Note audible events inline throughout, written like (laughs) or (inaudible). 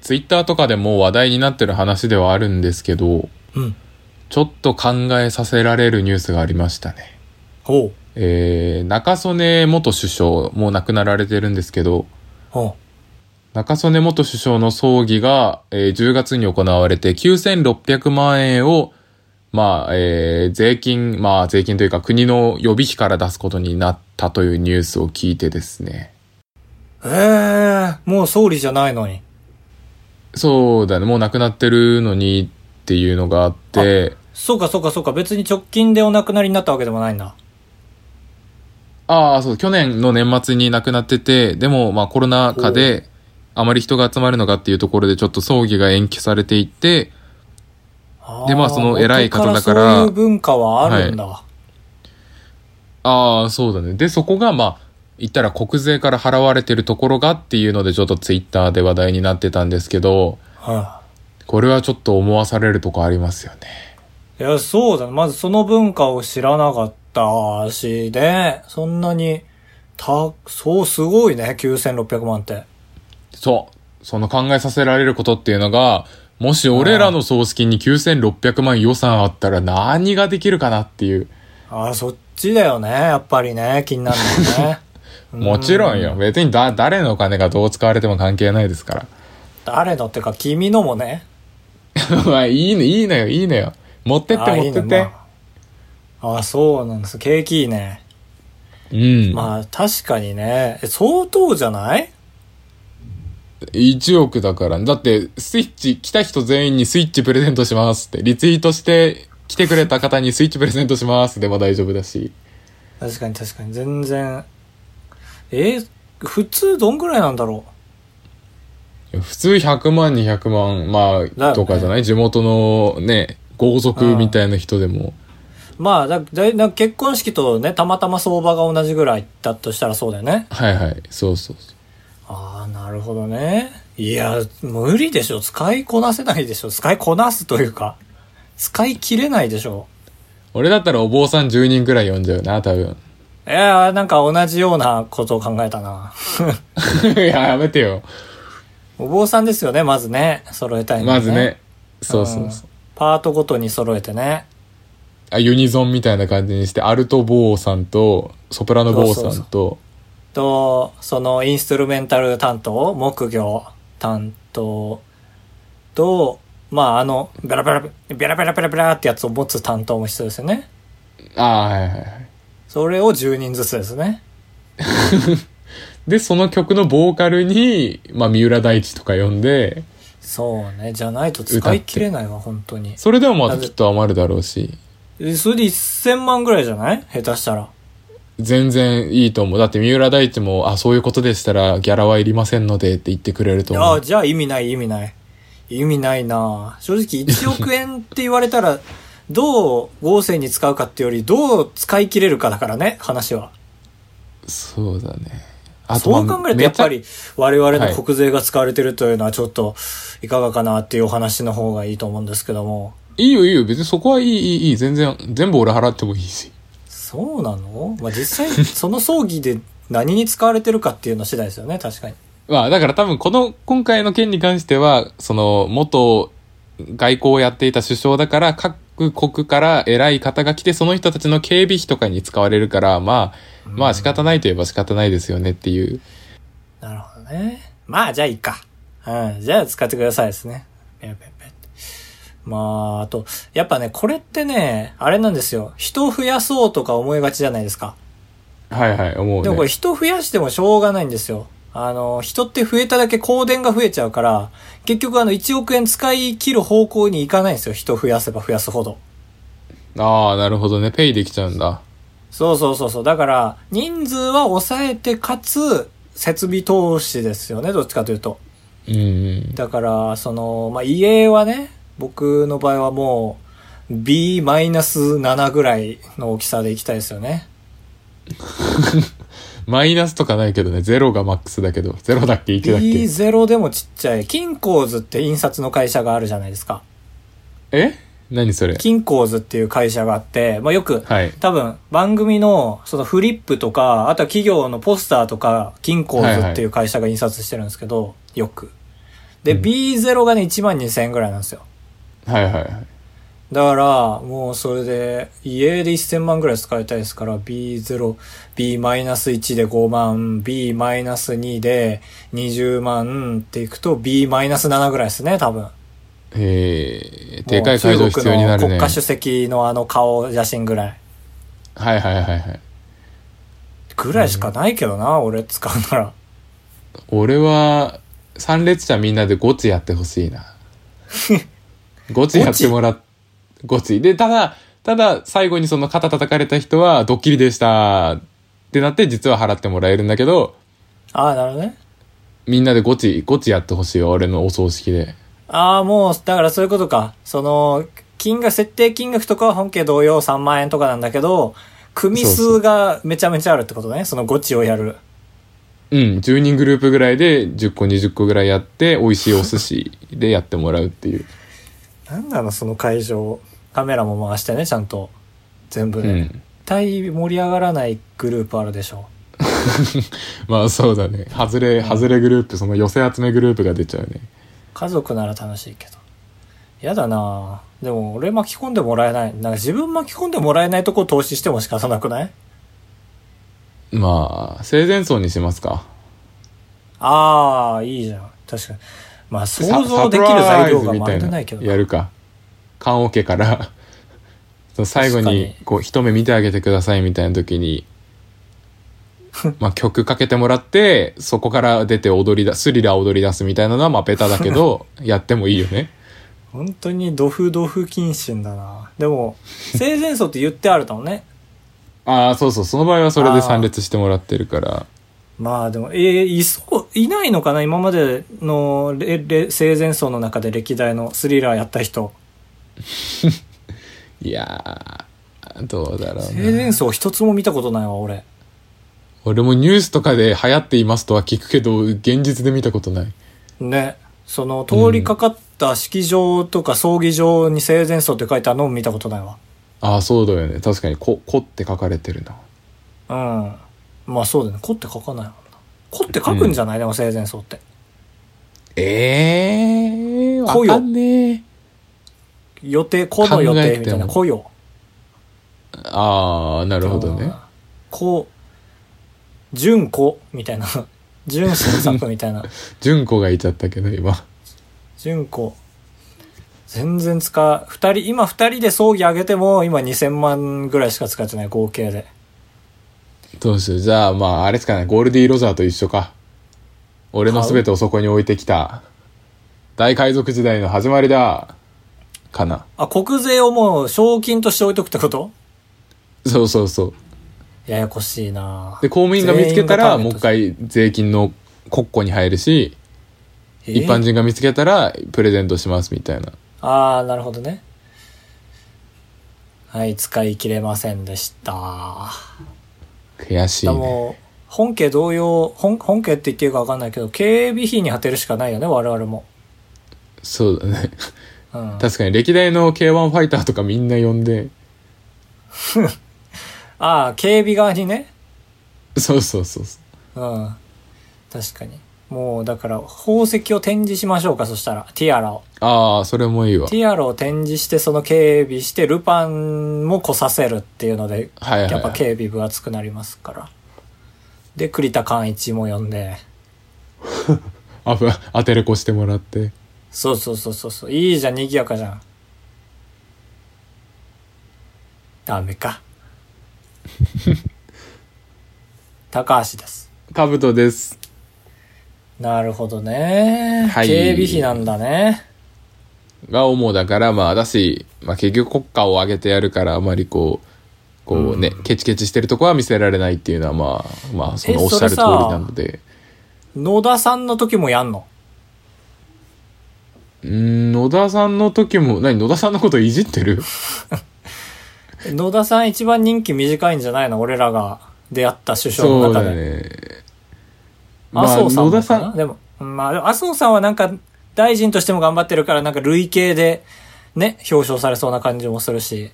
ツイッターとかでも話題になってる話ではあるんですけど、うん。ちょっと考えさせられるニュースがありましたね。ほう。えー、中曽根元首相、もう亡くなられてるんですけど、ほ中曽根元首相の葬儀が、えー10月に行われて9600万円を、まあ、えー税金、まあ、税金というか国の予備費から出すことになったというニュースを聞いてですね。う。えー、もう総理じゃないのに。そうだね、もう亡くなってるのにっていうのがあって、そうかそうかそうか、別に直近でお亡くなりになったわけでもないんだ。ああ、そう、去年の年末に亡くなってて、でも、まあコロナ禍で、あまり人が集まるのかっていうところでちょっと葬儀が延期されていて、あーでまあその偉い方だから元そういう文化はあるんだ。ああ、そうだね。で、そこが、まあ、言ったら国税から払われてるところがっていうので、ちょっとツイッターで話題になってたんですけど、はこれはちょっと思わされるとこありますよね。い。いや、そうだね。まずその文化を知らなかったし、で、そんなに、た、そうすごいね、9600万って。そう。その考えさせられることっていうのが、もし俺らの葬式に9600万予算あったら何ができるかなっていう。ああ、そっちだよね。やっぱりね、気になるの (laughs) ね。もちろんよ。別にだ、誰のお金がどう使われても関係ないですから。誰のってか、君のもね。 (laughs) まあ、いいね、いいのよ、いいのよ。持ってってあー持ってっいいねて。まああー、そうなんです。景気いいね。うん。まあ、確かにね。え相当じゃない1億だから。だって、スイッチ、来た人全員にスイッチプレゼントしますって、リツイートして、来てくれた方にスイッチプレゼントしますでも大丈夫だし。確かに確かに。全然。えー普通どんぐらいなんだろ普通100万、200万、まだよあ、ねとかじゃない、地元のね、豪族みたいな人でも。うまあ、だ、だいなんか結婚式とね、たまたま相場が同じぐらいだとしたらそうだよね。はいはい、そうそうそう。ああ、なるほどね。いや、無理でしょ。使いこなせないでしょ。使いこなすというか、使い切れないでしょ。俺だったらお坊さん10人くらい呼んじゃうな、多分。 (laughs) いやー、なんか同じようなことを考えたな。いや、やめてよ。お坊さんですよね、まずね。揃えたいのはまずね。。そうそうそう。パートごとに揃えてね。あ、ユニゾンみたいな感じにして、アルト坊さんと、ソプラノ坊さんと、そうそうと、そのインストゥルメンタル担当、木魚担当と、まああの、ベラベラ、ベラベラベラベラってやつを持つ担当も必要ですよね。ああ、はいはいはい。それを10人ずつですね。で、その曲のボーカルに、まあ、三浦大知とか呼んで、そうね。じゃないと使い切れないわ、本当に。それでもまたきっと余るだろうし、えそれで1000万ぐらいじゃない下手したら。全然いいと思う。だって三浦大知も、あ、そういうことでしたらギャラはいりませんのでって言ってくれるとあ思あ、う。じゃあ意味ない意味ない。意味ないな正直1億円って言われたら、 (laughs) どう合成に使うかってより、どう使い切れるかだからね、話は。そうだね。あと、そう考えるとやっぱめちり我々はのい国税が使われてるというのはちょっといかがかなっていうお話の方がいいと思うんですけども。ゃ。いいよいいよ、別にそこはいい、いい、いい。全然、全部俺払ってもいいし。そうなのまあ、実際その葬儀で何に使われてるかっていうの次第ですよね、確かに。まあ、だから多分この、今回の件に関しては、その、元外交をやっていた首相だから、各国から偉い方が来て、その人たちの警備費とかに使われるから、まあ、まあ仕方ないといえば仕方ないですよねっていう。なるほどね。まあ、じゃあいいか。うん、じゃあ使ってくださいですね。ペラペラペラってまあ、あと、やっぱね、これってね、あれなんですよ。人を増やそうとか思いがちじゃないですか。はいはい、思うでもこれね。人増やしてもしょうがないんですよ。あの、人って増えただけ香典が増えちゃうから、結局あの1億円使い切る方向に行かないんですよ。人増やせば増やすほど。ああ、なるほどね。ペイできちゃうんだ。そうそうそうそう。だから、人数は抑えて、かつ、設備投資ですよね。どっちかというと。うんうん。だから、その、まあ、家はね、僕の場合はもう、B-7 ぐらいの大きさで行きたいですよね。マイナスとかないけどね。ゼロがマックスだけど。ゼロだっけいくらだっけ B0 でもちっちゃい。金工図って印刷の会社があるじゃないですか。え何それ金工図っていう会社があって、まあ、よく、はい。多分番組のそのフリップとか、あとは企業のポスターとか、金工図っていう会社が印刷してるんですけど、よく。で、B0 がね、1万2000円ぐらいなんですよ。はいはいはい。だから、もうそれで、家で1000万ぐらい使いたいですから、B0、B-1 で5万、B-2 で20万っていくと、B-7 ぐらいですね、多分。えー、でかい会場必要になるもう中国のね。国家主席のあの顔写真ぐらい。はいはいはいはい。ぐらいしかないけどな、俺使うなら。俺は、参列者みんなでゴチやってほしいな。ゴチやってもらっ、ゴチ。で、ただ、ただ、最後にその肩叩かれた人は、ドッキリでした。ってなって、実は払ってもらえるんだけど、ああ、なるほどね。みんなでゴチ、ゴチやってほしいよ、俺のお葬式で。ああ、もう、だからそういうことか。その、金額、設定金額とかは本家同様3万円とかなんだけど、組数がめちゃめちゃあるってことね。そのゴチをやる。うん、10人グループぐらいで、10個20個ぐらいやって、美味しいお寿司でやってもらうっていう。なんなの、その会場。カメラも回してね、ちゃんと。全部うね。絶ん。対盛り上がらないグループあるでしょ。まあそうだね。外れ、外れグループ、その寄せ集めグループが出ちゃうね。家族なら楽しいけど。やだなぁでも俺巻き込んでもらえない。なんか自分巻き込んでもらえないとこ投資しても仕方なくないまあ、生前葬にしますか。ああ、いいじゃん。確かに。まあサ想像できる材料がまるでないけサプライズみたいなどな。やるか。棺桶から、 (laughs) その最後確にか、こう、一目見てあげてくださいみたいな時に、 (laughs) まあ曲かけてもらって、そこから出て踊りだ、スリラー踊り出すみたいなのはまあベタだけ (laughs) ど、やってもいいよね。本当にドフドフ謹慎だなでも、生前葬って言ってあるともんね。ああ、そうそう、その場合はそれで参列してもらってるから。まあでも、えーいそう、いないのかな今までのれれ生前葬の中で歴代のスリラーやった人。いやー、どうだろう生ね。前葬一つも見たことないわ、俺。俺もニュースとかで流行っていますとは聞くけど、現実で見たことない。ねその通りかかった式場とか葬儀場に生前葬って書いてあるのも見たことないわああ、そうだよね。確かに、こ、こって書かれてるな。うんまあそうだよね「こ」って書かないもんな「こ」って書くんじゃない、でも生前葬ってええー、わ来よかんねえ。予定「こ」の予考えても定みたいな「こ」よああ、なるほどうんね。こう純子みたいな純新作みたいな純子がいちゃったけど、今。純子全然使う二人今二人で葬儀あげても今2000万ぐらいしか使ってない合計でどうしよう。じゃあ、まあ、あれっすかね。ゴールディ・ロジャーと一緒か。俺のすべてをそこに置いてきた。大海賊時代の始まりだ。かな。あ国税をもう賞金として置いとくってことそうそうそう。ややこしいなで、公務員が見つけたら、全員もがう一回税金の国庫に入るし、一般人。人が見つけたら、プレゼントしますみたいな。ああ、なるほどね。はい、使い切れませんでした。悔しい、でね。も、本家同様、本本家って言っていいかわかんないけど、警備費に充てるしかないよね、我々も。そうだね。うん。確かに、歴代の K1 ファイターとかみんな呼んで、ああ、警備側にね。そうそうそうそう。うん。確かに。もう、だから、宝石を展示しましょうか、そしたら。ティアラを。ああ、それもいいわテ。ィアラを展示して、その警備して、ルパンも来させるっていうので、はいはい、やっぱはい。警備分厚くなりますから。で、栗田寛一も呼んで。あふ当てれこしてもらって。そうそうそうそうそう。いいじゃん、賑やかじゃん。ダ (laughs) メか。高橋です。カブトです。なるほどね。はい警備費なんだね。が主だから、まあ、だし、まあ、結局国家を挙げてやるから、あまりこう、こうね、ケチケチしてるとこは見せられないっていうのは、まあ、まあ、そのおっしゃる通りなので。野田さんの時もやんの。うーん、野田さんの時も、何、野田さんのこといじってる野田さん一番人気短いんじゃないの俺らが出会った首そ相のう中だで。ね。麻生さ野んも田かさな、ん、でも、まあ、でも麻生さんはなんか、大臣としても頑張ってるから、なんか累計で、ね、表彰されそうな感じもするし、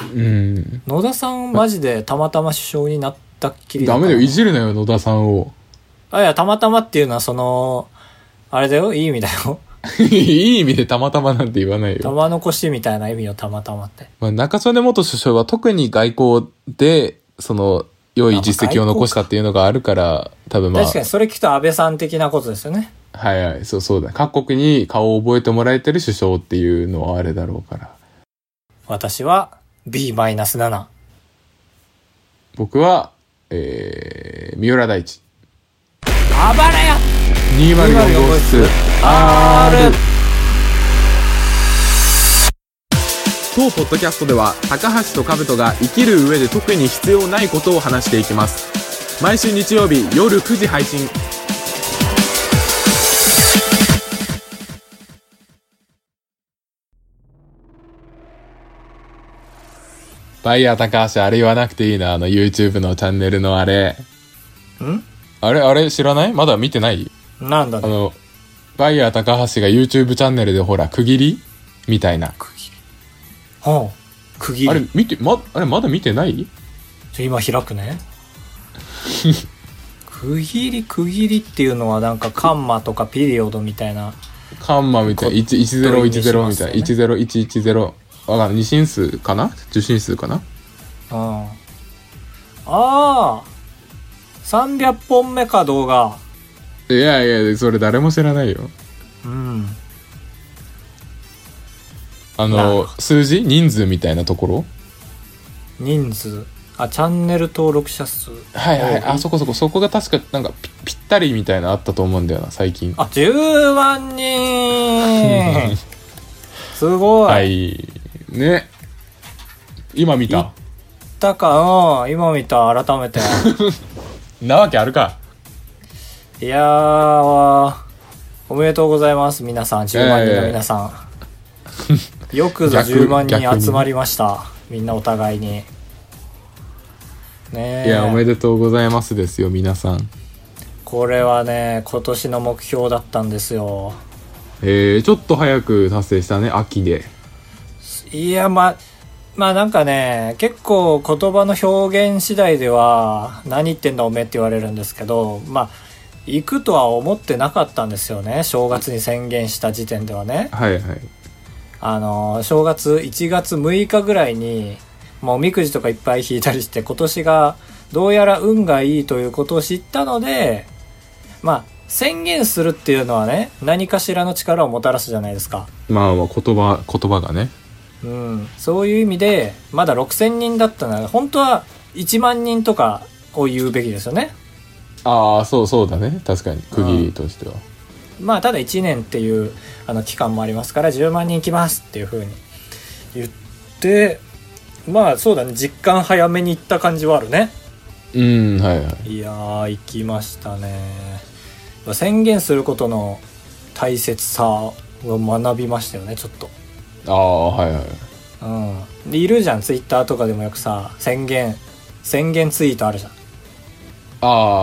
うん。野田さんマジでたまたま首相になったっきりダからメだよ、いじるなよ、野田さんを。 (laughs) あ、いや、たまたまっていうのはその、あれだよ、いい意味だよ。いい意味でたまたまなんて言わないよ。玉残しみたいな意味をたまたまって。まあ、中曽根元首相は特に外交で、その、良い実績を残したっていうのがあるから、多分まあ確か、にそれ聞くと安倍さん的なことですよね。はいはい、そうそうだ。各国に顔を覚えてもらえてる首相っていうのはあれだろうから。私は B-7。僕は、えー、三浦大知。あばらや204号室 R! 当ポッドキャストでは高橋と兜が生きる上で特に必要ないことを話していきます毎週日曜日夜9時配信バイヤー高橋あれ言わなくていいなあの YouTube のチャンネルのあれんあれあれ知らないまだ見てないなんだあね。の、バイヤー高橋が YouTube チャンネルでほら、区切りみたいな。区切り。ほう。区切あれり。、見て、ま、あれ、まだ見てないちょ今開く (laughs) ね。区切り、区切りっていうのはなんかカンマとかピリオドみたいな。カンマみたいな、1 1010みたいな、10110。わかんない。二進数かな受信数かなうん。ああー !300 本目か動画。いやいや、それ誰も知らないよ。うん。あなるほの、数字人数みたいなところ人数。あ、チャンネル登録者数。はいはい。おあ、そこそこ。そこが確か、なんかぴ、ぴったりみたいなのあったと思うんだよな、最近。あ、10万 (laughs) 人す (laughs) ごい。はい。ね。今見た。だから、うん今見た、改めて。なわけあるか。いやー、おめでとうございます、皆さん。10万人の皆さ (laughs) ん。よくぞ逆10万人逆に集まりました。みんなお互いに。ねえ。いや、おめでとうございますですよ、皆さん。これはね、今年の目標だったんですよ。えー、ちょっと早く達成したね、秋で。いや、ま、まあなんかね、結構言葉の表現次第では、何言ってんだおめえって言われるんですけど、まあ、行くとは思ってなかったんですよね。正月に宣言した時点ではね。はいはい。あの、正月1月6日ぐらいに、もうおみくじとかいっぱい引いたりして、今年がどうやら運がいいということを知ったので、まあ、宣言するっていうのはね、何かしらの力をもたらすじゃないですか。まあまあ、言葉、言葉がね。うん、そういう意味で、まだ6000人だったなら、本当は1万人とかを言うべきですよね。ああ、そうそうだね。確かに。区切りとしては。まあ、ただ1年っていうあの期間もありますから、10万人行きますっていうふうに言って、まあ、そうだね、実感早めに行った感じはあるね。うん、はいはい。いやー、行きましたね。宣言することの大切さを学びましたよね、ちょっと。ああ、はいはい。うん。で、いるじゃん、ツイッターとかでもよくさ、宣言、宣言ツイートあるじゃん。あ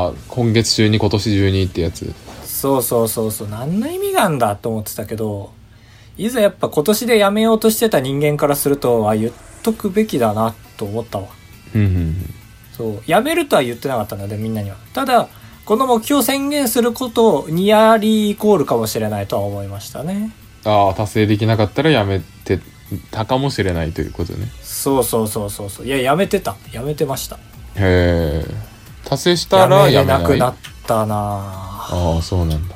あ、今月中に今年中にってやつ。そうそうそうそう、何の意味があんだと思ってたけど、いざやっぱ今年でやめようとしてた人間からすると、あ、言っとくべきだなと思ったわ。うん、うんうん。そう、やめるとは言ってなかったので、みんなには。ただ、この目標を宣言すること、ニアリーイコールかもしれないとは思いましたね。ああ、達成できなかったらやめてたかもしれないということね。そうそうそうそうそう。いや、やめてた。やめてました。へえ。達成したらややめめない。なくなったなぁああ、そうなんだ。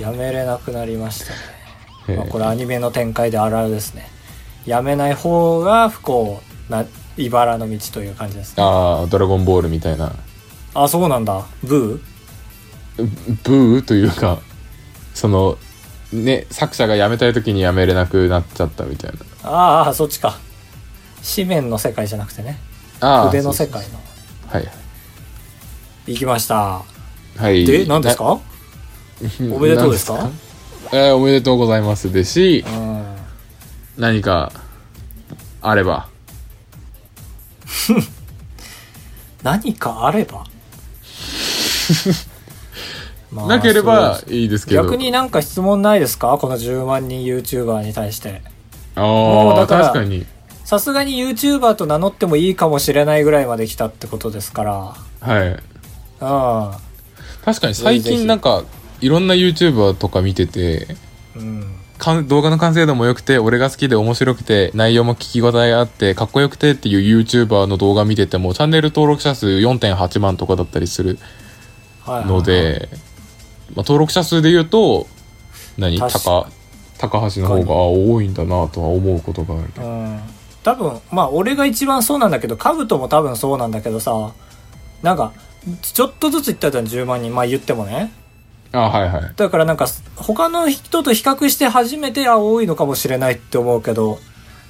やめれなくなりましたね。へえまあ、これアニメの展開であるあるですねやめない方が不幸ないばらの道という感じですねああ、ドラゴンボールみたいな。あそうなんだブブーというかそのね作者が辞めたい時に辞めれなくなっちゃったみたいなーああそっちか紙面の世界じゃなくてねああ筆のそ世うそう界のはい行きましたはいで何ですかなおめでとうですか何えーおめでとうございますですしうん何かあれば何かあ (laughs) ればまあなければそういいですけど逆になんか質問ないですかこの10万人 YouTuber に対してもうあだあから確かにさすがに YouTuber と名乗ってもいいかもしれないぐらいまで来たってことですからはいうん。確かに最ぜひぜ近ひなんか、いろんな YouTuber とか見てて、うん。かん動画の完成度も良くて、俺が好きで面白くて、内容も聞き応えあって、かっこよくてっていう YouTuber の動画見てても、チャンネル登録者数4.8万とかだったりするはいはいはいので、まあ、登録者数で言うと、何確高、高橋の方確がかあ多いんだなとは思うことがあるけうど。ん。多分、まあ俺が一番そうなんだけど、カブトも多分そうなんだけどさ、なんか、ちょっとずつ言ったじゃん、10万人。まあ言ってもね。あ、はいはい。だからなんか、他の人と比較して初めて、あ、多いのかもしれないって思うけど、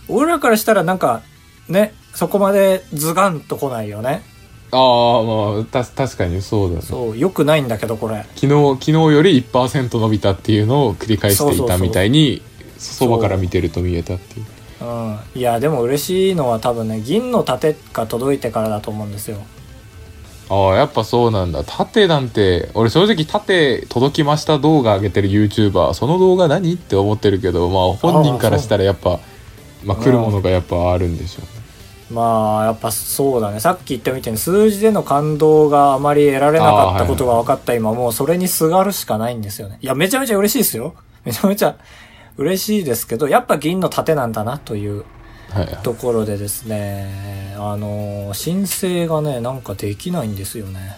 俺らからしたらなんか、ね、そこまでズガンと来ないよね。ああ、まあ、た、確かにそうだね。そう、良くないんだけど、これ。昨日、昨日より1%伸びたっていうのを繰り返していたみたいに、そばから見てると見えたっていう。うん。いや、でも嬉しいのは多分ね、銀の盾が届いてからだと思うんですよ。ああ、やっぱそうなんだ。縦なんて、俺正直縦届きました動画上げてる YouTuber、その動画何って思ってるけど、まあ本人からしたらやっぱ、まあ来るものがやっぱあるんでしょうね。まあ、やっぱそうだね。さっき言ったみたいに数字での感動があまり得られなかったことが分かった今、もうそれにすがるしかないんですよね。いや、めちゃめちゃ嬉しいですよ。 (laughs) めちゃめちゃ嬉しいですけど、やっぱ銀の盾なんだなというはい。ところでですね、あの、申請がね、なんかできないんですよね。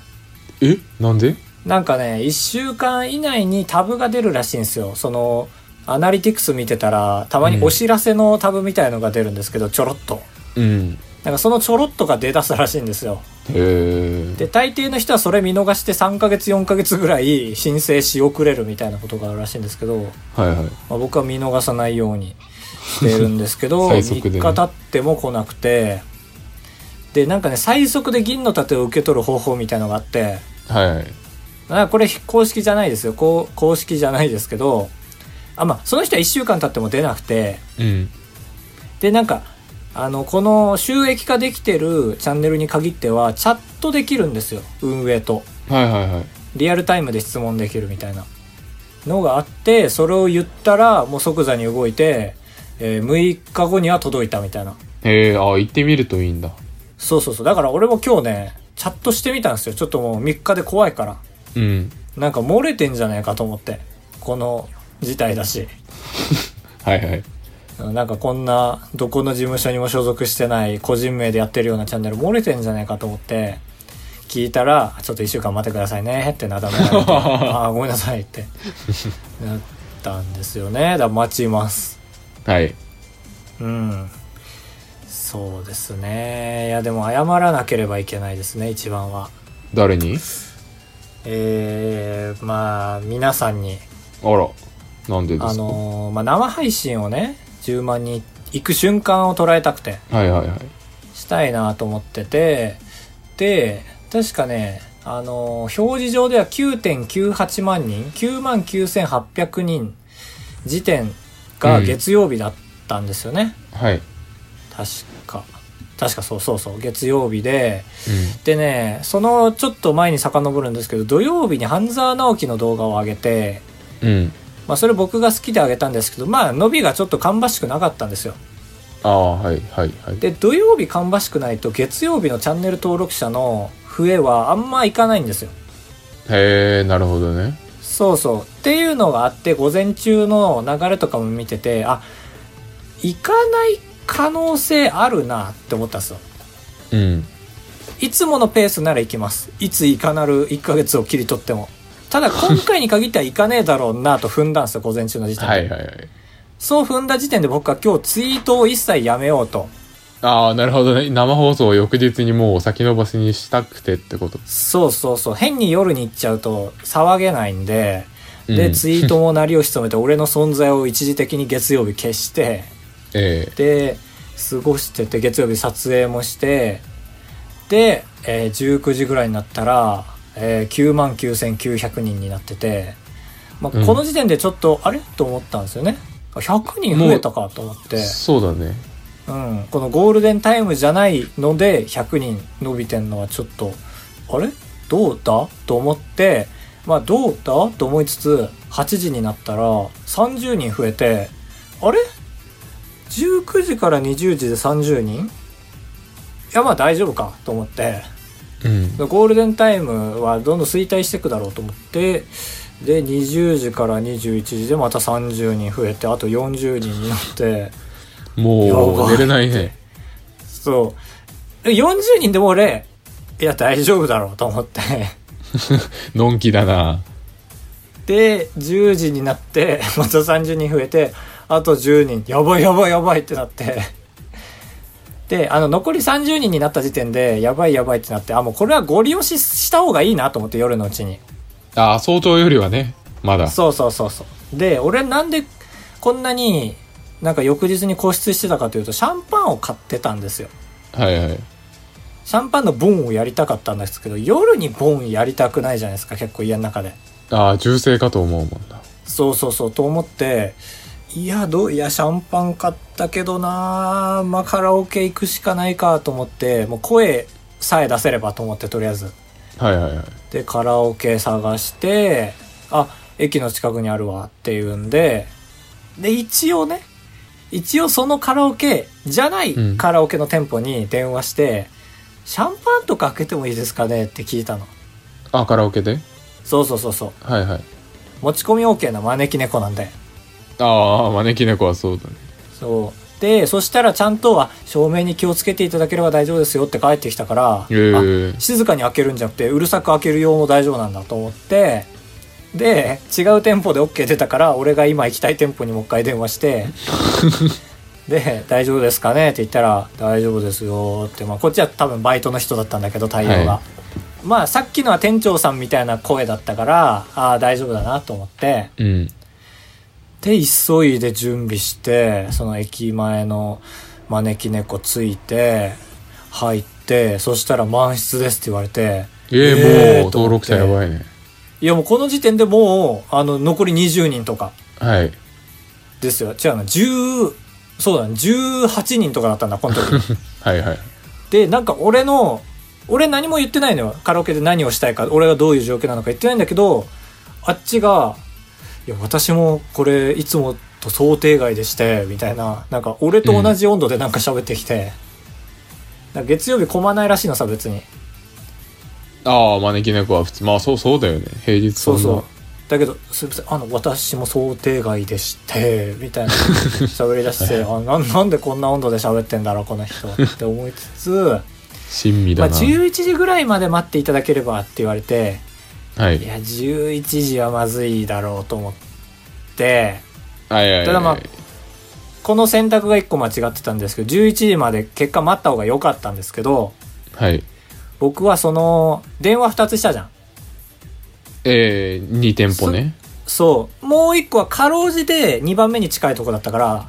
えなんでなんかね、1週間以内にタブが出るらしいんですよ。その、アナリティクス見てたら、たまにお知らせのタブみたいのが出るんですけど、ちょろっと。うん。なんかそのちょろっとが出だすらしいんですよ。へえ。で、大抵の人はそれ見逃して3ヶ月4ヶ月ぐらい申請し遅れるみたいなことがあるらしいんですけど、はいはい。まあ、僕は見逃さないようにしているんですけど、 (laughs) 最速でね3日経っても来なくて、で、なんかね、最速で銀の盾を受け取る方法みたいのがあって、はいはい。あこれ公式じゃないですよ。こう公式じゃないですけど、あ、まあ、その人は1週間経っても出なくて、うん。でなんかあのこの収益化できてるチャンネルに限ってはチャットできるんですよ運営とはいはいはい。リアルタイムで質問できるみたいなのがあってそれを言ったらもう即座に動いて、えー6日後には届いたみたいなへえ、ああ、行ってみるといいんだ。そうそうそうだから俺も今日ねチャットしてみたんですよちょっともう3日で怖いからうん。なんか漏れてんじゃないかと思ってこの事態だしはいはい。なんかこんなどこの事務所にも所属してない個人名でやってるようなチャンネル漏れてんじゃないかと思って聞いたら「ちょっと1週間待ってくださいね」ってなだめられて「ああごめんなさい」ってなったんですよねだから待ちますはい。うんそうですねいやでも謝らなければいけないですね一番は誰にえー、まあ皆さんにあら。なんでですかあのーまあ、生配信をね10万人行く瞬間を捉えたくてはいはいはい。したいなと思ってて、で、確かね、あの、表示上では9.98万人、99,800人時点がうん月曜日だったんですよね。はい。確か。確かそうそうそう、月曜日で。でね、そのちょっと前に遡るんですけど、土曜日に半沢直樹の動画を上げて、うん。うん。まあそれ僕が好きで上げたんですけど、まあ伸びがちょっと芳しくなかったんですよ。ああ、はいはいはい。で土曜日芳しくないと月曜日のチャンネル登録者の増えはあんまいかないんですよへえ、なるほどね。そうそうっていうのがあって午前中の流れとかも見ててあ行かない可能性あるなって思ったんですようん。いつものペースなら行きますいつ行かなる1ヶ月を切り取ってもた (laughs) だ今回に限っては行かねえだろうなと踏んだんですよ午前中の時点で、はいはいはい。そう踏んだ時点で僕は今日ツイートを一切やめようとああ、なるほどね。生放送を翌日にもう先延ばしにしたくてってこと。そうそうそう変に夜に行っちゃうと騒げないんでうで、んツイートも鳴りを潜めて、俺の存在を一時的に月曜日 (laughs) 消して、えで、過ごしてて、月曜日撮影もして、で、えー19時ぐらいになったら、えー、99,900人になってて、まうあ、んこの時点でちょっと、あれと思ったんですよね。あ100人増えたかと思ってえ、そうだね。うん、このゴールデンタイムじゃないので、100人伸びてんのはちょっと、あれどうだと思って、まあどうだと思いつつ、8時になったら30人増えて、あれ ?19 時から20時で30人いやまあ大丈夫かと思って、うん。ゴールデンタイムはどんどん衰退していくだろうと思って、で、20時から21時でまた30人増えて、あと40人になって、やもばう、い寝れないね。そう。40人でも俺、いや、大丈夫だろうと思って。のんきだな。で、10時になって、 (laughs) また30人増えて、あと10人、やばいやばいやばいってなって。 (laughs) で、あの、残り30人になった時点で、やばいやばいってなって、あ、もうこれはゴリ押しした方がいいなと思って、夜のうちに。ああ、早朝よりはね、まだ。そうそうそうそう。で、俺なんでこんなに、なんか翌日に固執してたかというと、シャンパンを買ってたんですよ。はいはい。シャンパンのボンをやりたかったんですけど、夜にボンやりたくないじゃないですか、結構家の中で。ああ、銃声かと思うもんな。そうそうそう、と思って、いや、どう、いや、シャンパン買ったけどなぁまあカラオケ行くしかないかと思って、もう声さえ出せればと思って、とりあえず。はいはいはい。で、カラオケ探して、あ、駅の近くにあるわっていうんで、で、一応ね、一応そのカラオケじゃないうんカラオケの店舗に電話して、シャンパンとか開けてもいいですかねって聞いたの。あ、カラオケでそうそうそうそう。はいはい。持ち込み OK な招き猫なんで。ああ、招き猫はそうだね。そう。で、そしたらちゃんとは照明に気をつけていただければ大丈夫ですよって帰ってきたから、ええあ静かに開けるんじゃなくて、うるさく開ける用も大丈夫なんだと思って、で、違う店舗で OK 出たから、俺が今行きたい店舗にもう一回電話して、 (laughs) で、大丈夫ですかねって言ったら、大丈夫ですよって、まあ、こっちは多分バイトの人だったんだけど、対応が。はまあ、さっきのは店長さんみたいな声だったから、ああ、大丈夫だなと思って、うん。で、急いで準備して、その駅前の招き猫ついて、入って、そしたら満室ですって言われて、ええええもう、登録者やばいね。いやもうこの時点でもう、あの、残り20人とか (laughs) はい。ですよ。違うな、10、そうだね、18人とかだったんだ、この時。はいはい。で、なんか俺の、俺何も言ってないのよ。カラオケで何をしたいか、俺がどういう状況なのか言ってないんだけど、あっちが、いや、私もこれ、いつもと想定外でして、みたいな、なんか俺と同じ温度でなんか喋ってきて、なんか月曜日混まないらしいのさ、別に。ああ、招き猫は普通。まあ、そう、そうだよね。平日そんな。そうそうだけど、すみません、あの、私も想定外でして、みたいな喋り (laughs) 出して、あな、なんでこんな温度で喋ってんだろう、この人って思いつつ、親身まだあ、な。 11時ぐらいまで待っていただければって言われて、はいい。や、11時はまずいだろうと思って、はいはいはい。ただまあこの選択が1個間違ってたんですけど、11時まで結果待った方が良かったんですけど、はい。僕はその、電話2つしたじゃん。ええ2店舗ね。そう。もう1個はかろうじて2番目に近いとこだったから、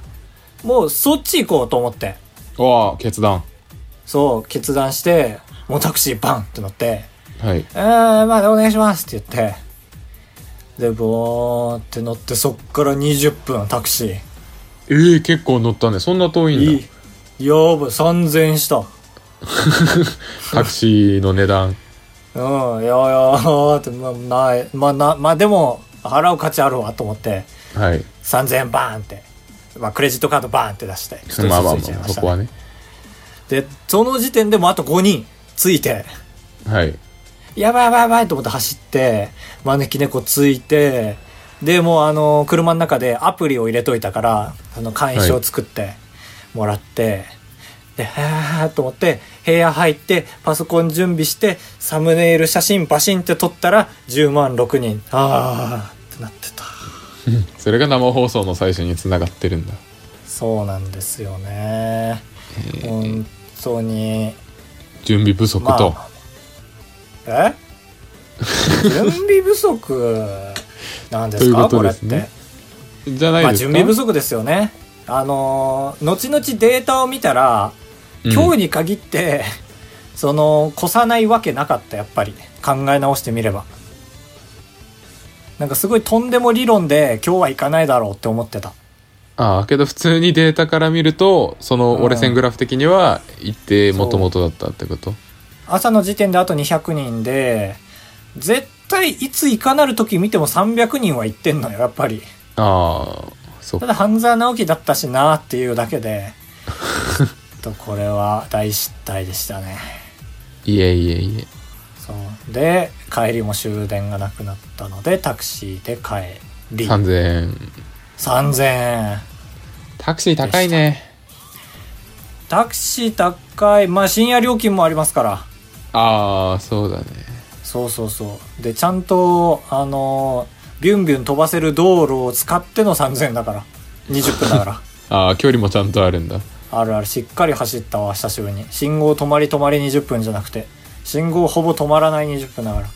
もうそっち行こうと思って、わあ、決断。そう、決断して、もうタクシーバンって乗って、はい。えー、まあお願いしますって言って、で、ボーンって乗って、そっから20分タクシー。ええ結構乗ったね。そんな遠いんだ。 (laughs) いい。やばい、3000円した。タクシーの値段。うん、いやいやって、まあ、ない、まあ、な、まあでも、払う価値あるわと思って、はい。 3000円バーンって、まあクレジットカードバーンって出して、一人まあまあずつついちゃいまあ、ましそたこはね。で、その時点でもうあと5人ついて、はい。やばいやばいやばいと思って走って、招き猫ついて、で、もうあの、車の中でアプリを入れといたから、あの、会員証を作ってもらって、で、はーと思って、部屋入って、パソコン準備して、サムネイル写真バシンって撮ったら、10万6人。あーってなってた。それが生放送の最初に繋がってるんだ。そうなんですよね。本当に。準備不足と。まあ、え (laughs) 準備不足なんですかということこれでっすねて。じゃないまあ、です準か。備不足ですよね。あのー後々データを見たら、うん今日に限って、 (laughs) その、越さないわけなかった、やっぱり。考え直してみれば。なんかすごいとんでも理論で、今日は行かないだろうって思ってた。ああ、けど普通にデータから見ると、その折れ線グラフ的には一定元々だったってこと。朝の時点であと200人で、絶対いついかなる時見ても300人は行ってんのよ、やっぱり。ああ、そったか。だ半沢直樹だったしなっていうだけで、ちょっとこれは大失態でしたね。いえいえいえ。そう。で、帰りも終電がなくなったので、タクシーで帰り。 3000円。 3000円。タクシー高いね。タクシー高い。まあ、深夜料金もありますから。ああ、そうだね。そうそうそう。で、ちゃんと、あのービュンビュン飛ばせる道路を使っての3000円だから。20分だから。ああ、距離もちゃんとあるんだ。あるある、しっかり走ったわ、久しぶりに。信号止まり止まり20分じゃなくて、信号ほぼ止まらない20分だから。 (laughs)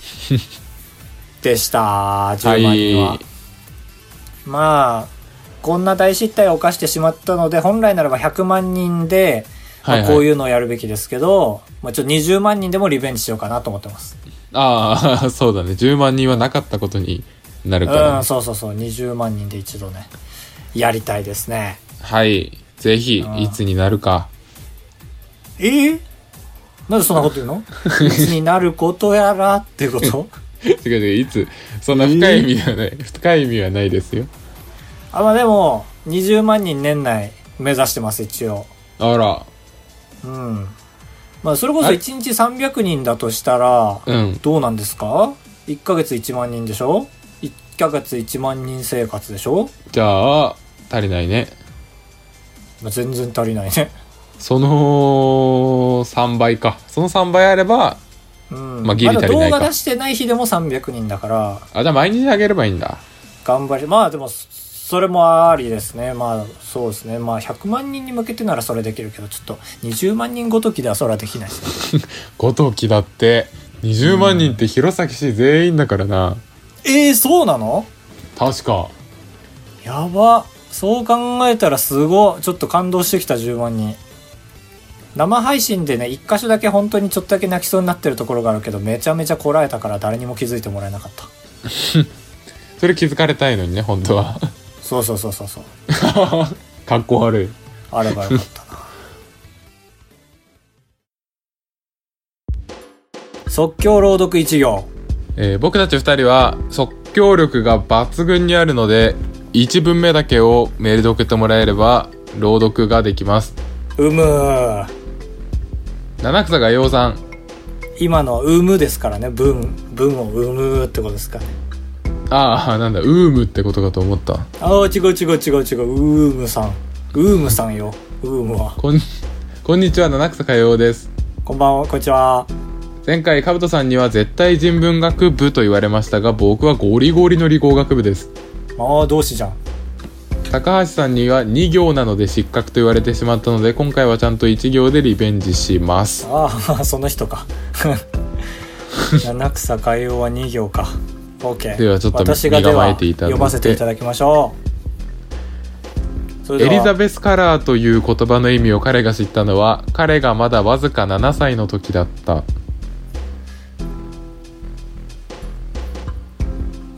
でした、は10万人は。い。まあ、こんな大失態を犯してしまったので、本来ならば100万人で、まあはいはいこういうのをやるべきですけど、まあちょっと20万人でもリベンジしようかなと思ってます。ああ、 (laughs) そうだね。10万人はなかったことになるから、うん、そうそうそう、20万人で一度ね、やりたいですね。はい。ぜひ、うんいつになるか。えーなんでそんなこと言うの (laughs) いつになることやらっていうこと違う違う、いつ、そんな深い意味はない。深い意味はないですよ。あ、まあでも、20万人年内目指してます、一応。あら、うん。まあ、それこそあれ1日300人だとしたら、うん。どうなんですか ?1 ヶ月1万人でしょ ?1 ヶ月1万人生活でしょ、じゃあ、足りないね。まあ、全然足りないね。その3倍か。その3倍あれば、うん。まあギリ足りないかまだ動画出してない日でも300人だから、あ、じゃあ毎日あげればいいんだ。頑張り、まあでも、そそれもありですね。まあ、そうですね。まあ、100万人に向けてならそれできるけど、ちょっと、20万人ごときではそれはできないしね。ごときだって、20万人って弘前市全員だからな。えー、そうなの確か。やばそう考えたらすごいちょっと感動してきた10万人生配信でね一箇所だけ本当にちょっとだけ泣きそうになってるところがあるけどめちゃめちゃこらえたから誰にも気づいてもらえなかったそれ気づかれたいのにね、本当は。 (laughs) そうそうそうそうそうかっこ悪い。あればよかったな (laughs) 即興朗読一行えー僕たち二人は即興力が抜群にあるので、一文目だけをメールで送ってもらえれば、朗読ができます。うむー七草が洋さん。今の「うむ」ですからね文文を「うむ」ってことですかねああ、なんだ、ウームってことかと思った。ああ違う違う違う違ううーむさんうーむさんようーむはこん、 (laughs) こんにちは、七草かようです。こんばんは、こんにちは。前回、かぶとさんには絶対人文学部と言われましたが、僕はゴリゴリの理工学部です。ああ、同志じゃん。高橋さんには2行なので失格と言われてしまったので、今回はちゃんと1行でリベンジします。ああ、 (laughs) その人か。七草海洋は2行か。OK。ではちょっと私がで身構はえていただいて呼ばせていただきましょう。それエでリはザベス・カラーという言葉の意味を彼が知ったのは、彼がまだわずか7歳の時だった。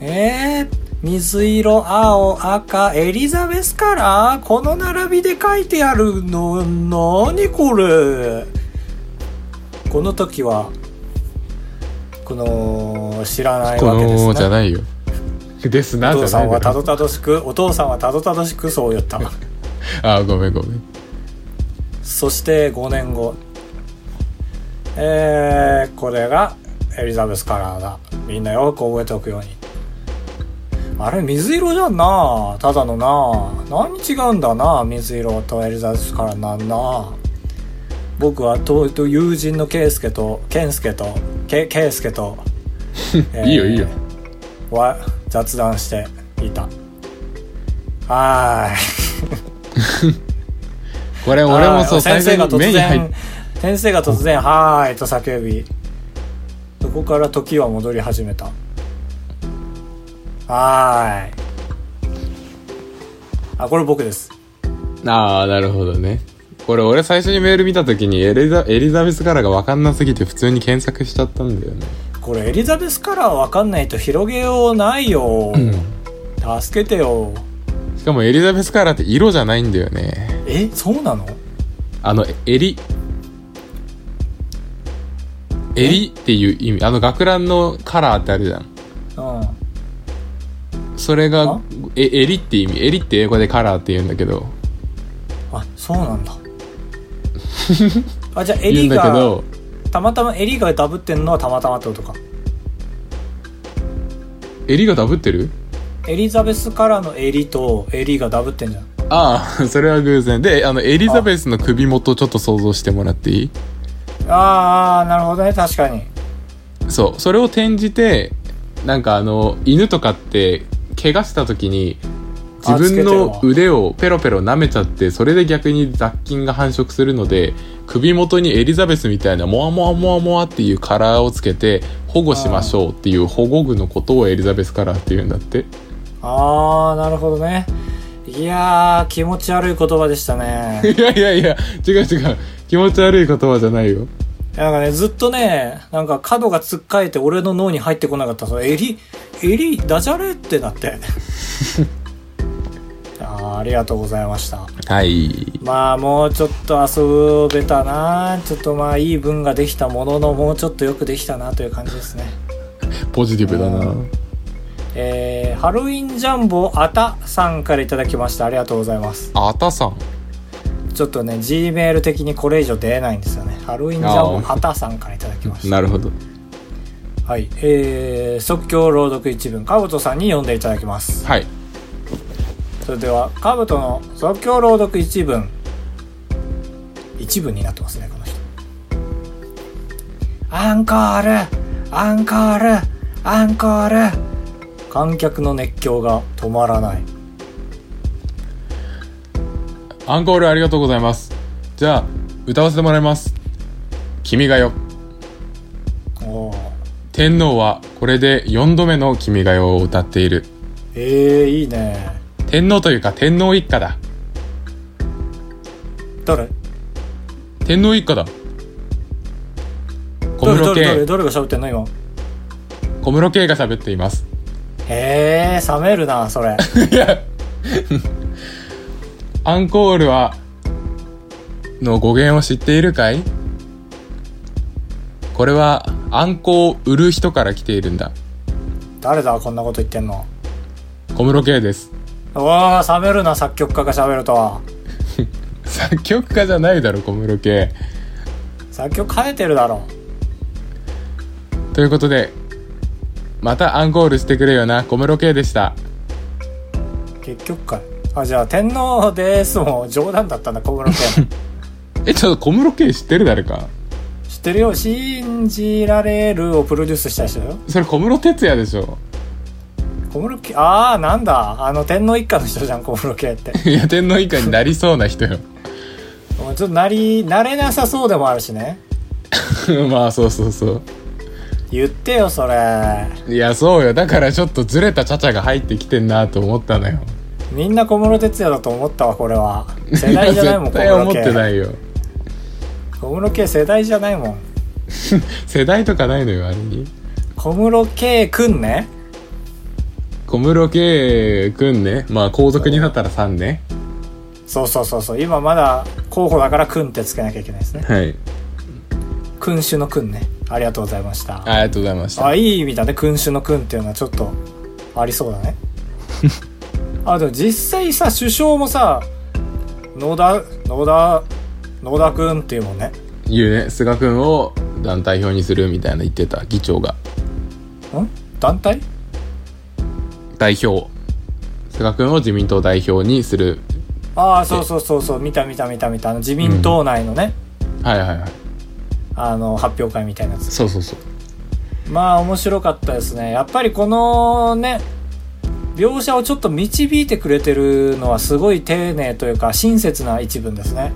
えー、水色、青、赤、エリザベスカラーこの並びで書いてあるの、なにこれこの時は、この、知らないこわけですのね。じゃないよ。ですな、おじ父ゃさないんはだたろどたどしくお父さんはたどたどしくそう言った (laughs) あー、ごめんごめん。そして5年後えー、これがエリザベスカラーだみんなよく覚えておくようにあれ水色じゃんなただのな何違うんだな水色とエリザベスカラーなんな僕はとと友人のケイスケとケンスケとケケイスケ (laughs) と、えーいいよいいよ。わ雑談していたはーいこれ俺もそはう、い最初先生がに突目に入っ然先生が突然「はーい」と叫びそこから時は戻り始めたはーいあこれ僕ですああ、なるほどね。これ俺最初にメール見た時にエリザエリザベスカラーがわかんなすぎて普通に検索しちゃったんだよね。これエリザベスカラーわかんないと広げようないよ、助けてよしかもエリザベスカラーって色じゃないんだよね。えそうなのあの、エリ、エリっていう意味、あの学ランのカラーってあるじゃん。うんそれあが、え、エリって意味、エリって英語でカラーって言うんだけど、 (laughs) あそうなんだあじゃあ言エうリんだけがど、たまたま襟がダブってんのはたまたまってことか。襟がダブってるエリザベスからの襟と襟がダブってんじゃん。ああ、それは偶然。で、あの、エリザベスの首元ちょっと想像してもらっていいあー、なるほどね、確かに。そう、それを転じて、なんかあの、犬とかって、怪我した時に、あ自分のつけて腕をペロペロ舐めちゃって、それで逆に雑菌が繁殖するので、首元にエリザベスみたいな、モワモワモワモワっていうカラーをつけて、保護しましょうっていう保護具のことをエリザベスカラーっていうんだって。あー、なるほどね。いやー、気持ち悪い言葉でしたね。 (laughs) いやいやいや、違う違う。気持ち悪い言葉じゃないよ。なんかね、ずっとね、なんか角がつっかえて俺の脳に入ってこなかった。その襟、襟、ダジャレってなって。 (laughs) あーありがとうございました。はい。まあもうちょっと遊べたなちょっとまあいい文ができたものの、もうちょっとよくできたなという感じですね。ポジティブだな。うんえー、ハロウィンジャンボあたさんからいただきました。ありがとうございます。あたさん。ちょっとね、G メール的にこれ以上出ないんですよね。ハロウィンジャンボあたさんからいただきました。なるほど。はい、えー、即興朗読一文、かぶとさんに読んでいただきます。はい。それでは、かぶとの即興朗読一文。一文になってますね、この人。アンコールアンコールアンコール観客の熱狂が止まらない。アンコールありがとうございます。じゃあ、歌わせてもらいます。君が代。おー天皇はこれで4度目の君が代を歌っている。えー、いいね。天皇というか天皇一家だ。誰天皇一家だ。小誰室誰誰圭、誰が喋ってんの今。小室圭が喋っています。へえー、冷めるな、それ。 (laughs) アンコールは、の語源を知っているかいこれは、アンコを売る人から来ているんだ。誰だ、こんなこと言ってんの。小室圭です。おー、冷めるな、作曲家が喋るとは。作曲家じゃないだろ、小室圭。作曲変えてるだろということで、またアンコールしてくれよな、小室圭でした。結局かあじゃあ天皇ですも冗談だったんだ小室 (laughs) 君え、ちょっと小室圭知ってる誰か知ってるよ「信じられる」をプロデュースした人だよそれ小室哲也でしょ。 (laughs) 小室家ああなんだあの天皇一家の人じゃん小室家っていや、天皇以下になりそうな人よ。 (laughs) もうちょっとなりなれなさそうでもあるしねまあ、そうそうそ言ってよそれう。いや、そうよ。だからちょっとずれたチャチャが入ってきてんなと思ったのよ。みんな小室哲也だと思ったわこれは世代じゃないもん (laughs) 絶対思小って室な家いよ。小室家世代じゃないもん世代とかないのよ、あれに。小室圭くんね小室圭くんね。まあ、皇族になったら3ね。そうそうそうそう今まだ候補だからくんってつけなきゃいけないですねはい。君主の君ねありがとうございましたありがとうございました。あいい意味だね君主の君っていうのはちょっとありそう (laughs) だねあでも実際さ首相もさ野田野田野田君っていうもんね言うね。菅くんを団体表にするみたいな言ってた、議長が。ん団体代表菅君を自民党代表にするああそうそうそうそう見た見た見た見たあの自民党内のね、はいはいはいあの発表会みたいなやつそうそうそうまあ面白かったですねやっぱりこのね描写をちょっと導いてくれてるのはすごい丁寧というか親切な一文ですね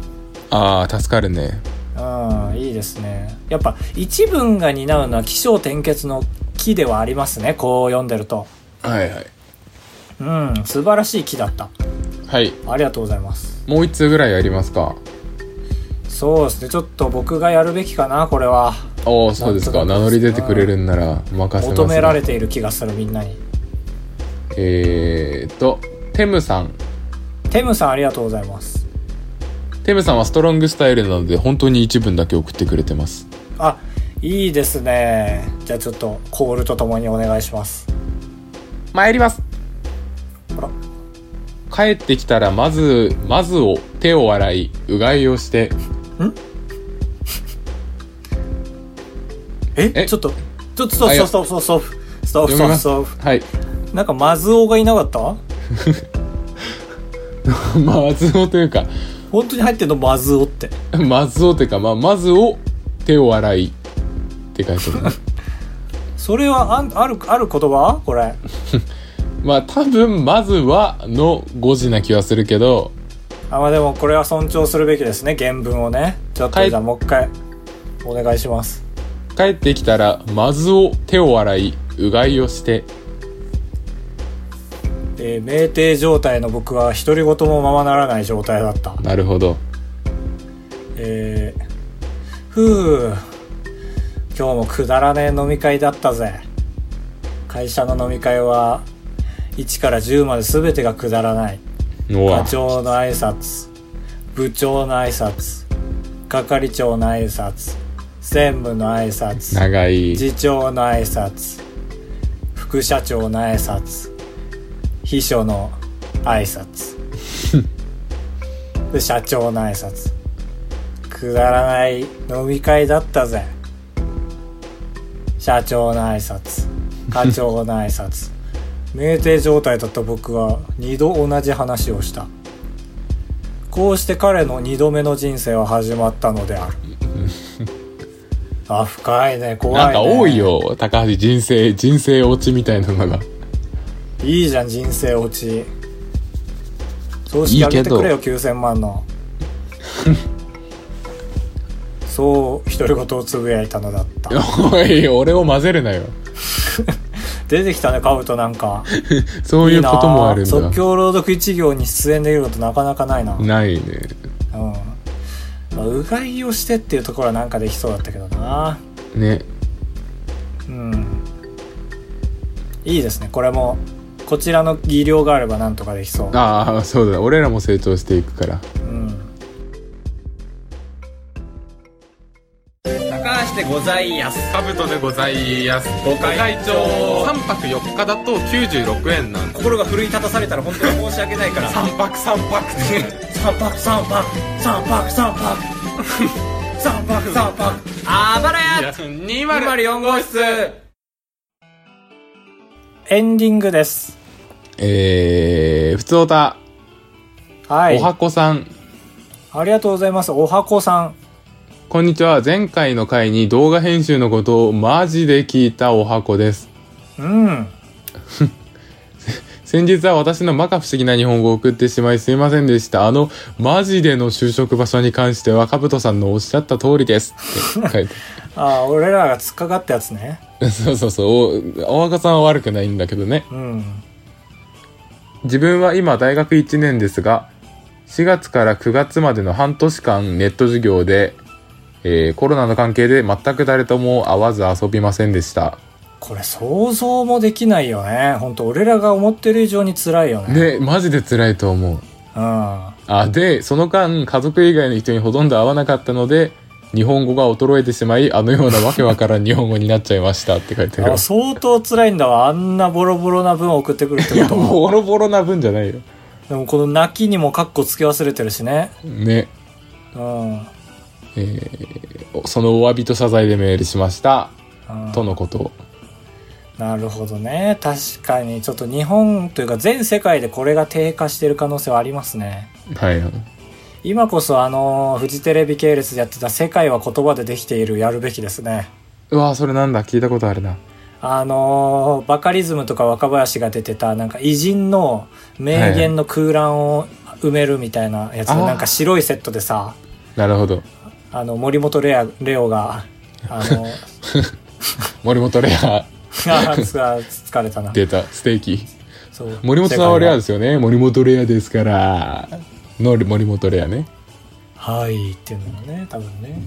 ああ助かるねうん、いいですね。やっぱ一文が担うのは起承転結の木ではありますね。こう読んでると。はいはいうん、素晴らしい木だった。はいありがとうございます。もう一通ぐらいやりますかそうですね。ちょっと僕がやるべきかな、これは。おおそうですかな名んと乗なくり出てくれるんなら任せます、ね、求められている気がする、みんなに。えーっとテムさんテムさんありがとうございます。テムさんはストロングスタイルなので本当に一文だけ送ってくれてますあ、いいですね。じゃあちょっとコールとともにお願いします。参りますあら帰ってきたらまずまずを (laughs) 手を洗いうがいをしてええちょっと、ちょっと、そうあいやそうそうそう、ストップ、スト読みッまプ、すストッはい。プ。なんか、マズオがいなかったまあ、ズオというか、 (laughs) 本当に入ってんのマズオって。まずをというか、まあ、まずを手を洗いって書いてある (laughs) ね。それは、あんある、ある言葉これ。まあ、多分、まずはの5時な気はするけど、あ、まあでも、これは尊重するべきですね、原文をね。ちょっはと、いじゃあもう一回、お願いします。帰ってきたら、まずを手を洗い、うがいをして、えー、酩酊状態の僕は、独り言もままならない状態だった。なるほど。えー、ふう今日もくだらねえ飲み会だったぜ会社の飲み会は1から10まで全てがくだらないお課わ。長の挨拶部長の挨拶係長の挨拶専務の挨拶長い。次長の挨拶副社長の挨拶秘書の挨 (laughs) 拶で社長の挨拶くだらない飲み会だったぜ社長の挨拶課長の挨 (laughs) 拶酩酊状態だった僕は二度同じ話をしたこうして彼の二度目の人生は始まったの (laughs) であるあ深いね怖いなねんか多いよ、高橋、人生、人生落ちみたいなのが。いいじゃん人生落ち葬式あげてくれよ9000万 (laughs) のそう独り言をつぶやいたのだったおい、俺を混ぜるなよ。出てきたねカブトなんかそういうこともあるんいいなだ即。興朗読一行に出演できることなかなかないなうん、ないね。まあ、うがいをしてっていうところはなんかできそうだったけどなね。うんいいですねこれもこちらの技量があればなんとかできそうああ、そうだ。俺らも成長していくから。うん高橋でございやすカブトでございます。ご会長3泊4日だと96円なんで。心が奮い立たされたら本当に申し訳ないから三泊3泊 (laughs) 泊三泊三泊三泊三泊三泊あばらや204号室エンディングですえー、ふつおた、はいおはこさん。ありがとうございますおはこさんこんにちは。前回の回に動画編集のことをマジで聞いたおはこです。うん先日は私の摩訶不思議な日本語を送ってしまいすいませんでした。あの、マジでの就職場所に関しては、かぶとさんのおっしゃった通りです。って書いて。あー俺らが突っかかったやつねそうそうそう。お、お若さんは悪くないんだけどね。うん自分は今大学1年ですが、4月から9月までの半年間ネット授業で、えーコロナの関係で全く誰とも会わず遊びませんでした。これ想像もできないよね本当俺らが思ってる以上に辛いよねで、マジで辛いと思う。うんあでその間家族以外の人にほとんど会わなかったので日本語が衰えてしまいあのようなわけわからん日本語になっちゃいましたって書いてあるあ相当辛いんだわあんなボロボロな文を送ってくるってことはボロボロな分じゃないよでもこの泣きにもカッコつけ忘れてるしねねうん、うん、おそのお詫びと謝罪でメールしましたとのことなるほどね確かにちょっと日本というか全世界でこれが低下してる可能性はありますねはい今こそあのフジテレビ系列でやってた「世界は言葉でできている」やるべきですねうわそれなんだ聞いたことあるなあのーバカリズムとか若林が出てたなんか偉人の名言の空欄を埋めるみたいなやつ、あーなんか白いセットでさなるほどあの森本レアレオがあの (laughs) 森本レアあーつあー疲れたな出たステーキそう森本さんはレアですすよね森本レアですからの森本レアねはいっていうのがね多分ね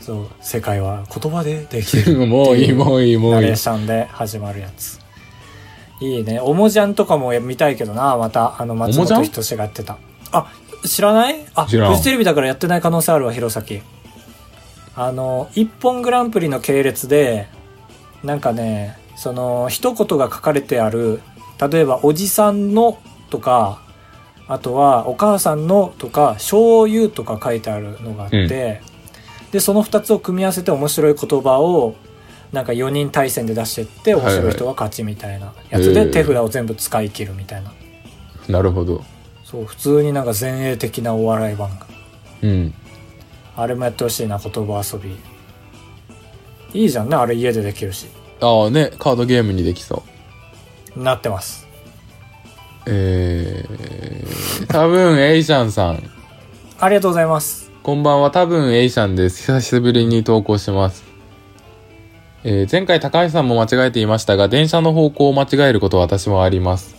そう世界は言葉でで (laughs) きてるもういいもういいもナういレいーションで始まるやついいねおもじゃんとかも見たいけどなまたあの松おもじゃん本人志がやってたあ知らないあ知らんフジテレビだからやってない可能性あるわ弘前あの「一本グランプリ」の系列でなんかねその一言が書かれてある例えば「おじさんの」とかあとは「お母さんの」とか「醤油」とか書いてあるのがあって、でその2つを組み合わせて面白い言葉をなんか4人対戦で出してって、面白い人は勝ちみたいなやつへでー手札を全部使い切るみたいな。なるほど。そう、普通になんか前衛的なお笑い番組。うん。あれもやってほしいな、言葉遊び。いいじゃんね、あれ家でできるし。ああね、カードゲームにできそう。なってます。えー、多分エイシャンさん。ありがとうございます。こんばんは、多分エイシャンです。久しぶりに投稿します。えー前回高橋さんも間違えていましたが、電車の方向を間違えることは私もあります。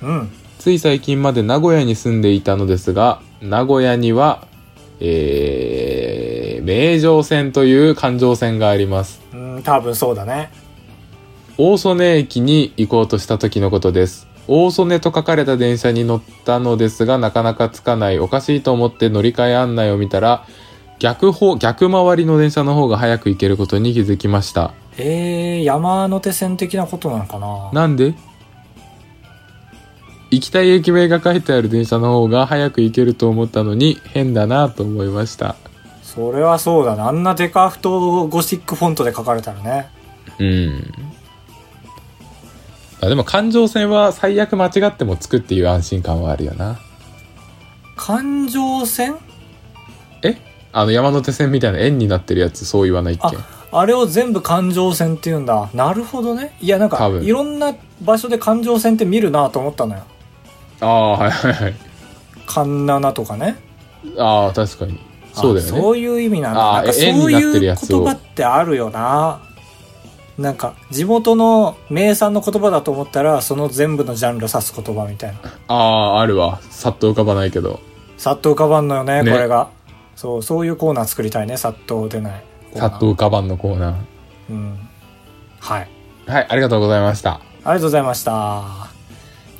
うん。つい最近まで名古屋に住んでいたのですが、名古屋には、えー、名城線という環状線があります。うん、多分そうだね。大曽根駅に行こうとした時のことです。大曽根と書かれた電車に乗ったのですが、なかなかつかない。おかしいと思って乗り換え案内を見たら、逆方、逆回りの電車の方が早く行けることに気づきました。えー、山手線的なことなのかななんで行きたい駅名が書いてある電車の方が早く行けると思ったのに変だなと思いました。それはそうだね。あんなデカフトゴシックフォントで書かれたらね。うん。あでも環状線は最悪間違ってもつくっていう安心感はあるよな。環状線えあの山手線みたいな円になってるやつそう言わないっけあれを全部環状線って言うんだ。なるほどね。いや、なんか多、分いろんな場所で環状線って見るなと思ったのよ。ああはいはいはい。環七とかね。ああ確かに。あそうだよね。そういう意味なんだ。あなんかそ円にうなってるいうやつを言葉ってあるよな。なんか、地元の名産の言葉だと思ったら、その全部のジャンルを指す言葉みたいな。あああるわ。さっと浮かばないけど。さっと浮かばんのよね、ねこれが。そう、そういうコーナー作りたいね、さっと出ない。さっと。浮かばんのコーナうん。はい。ー。はいありがとうございました。ありがとうございました。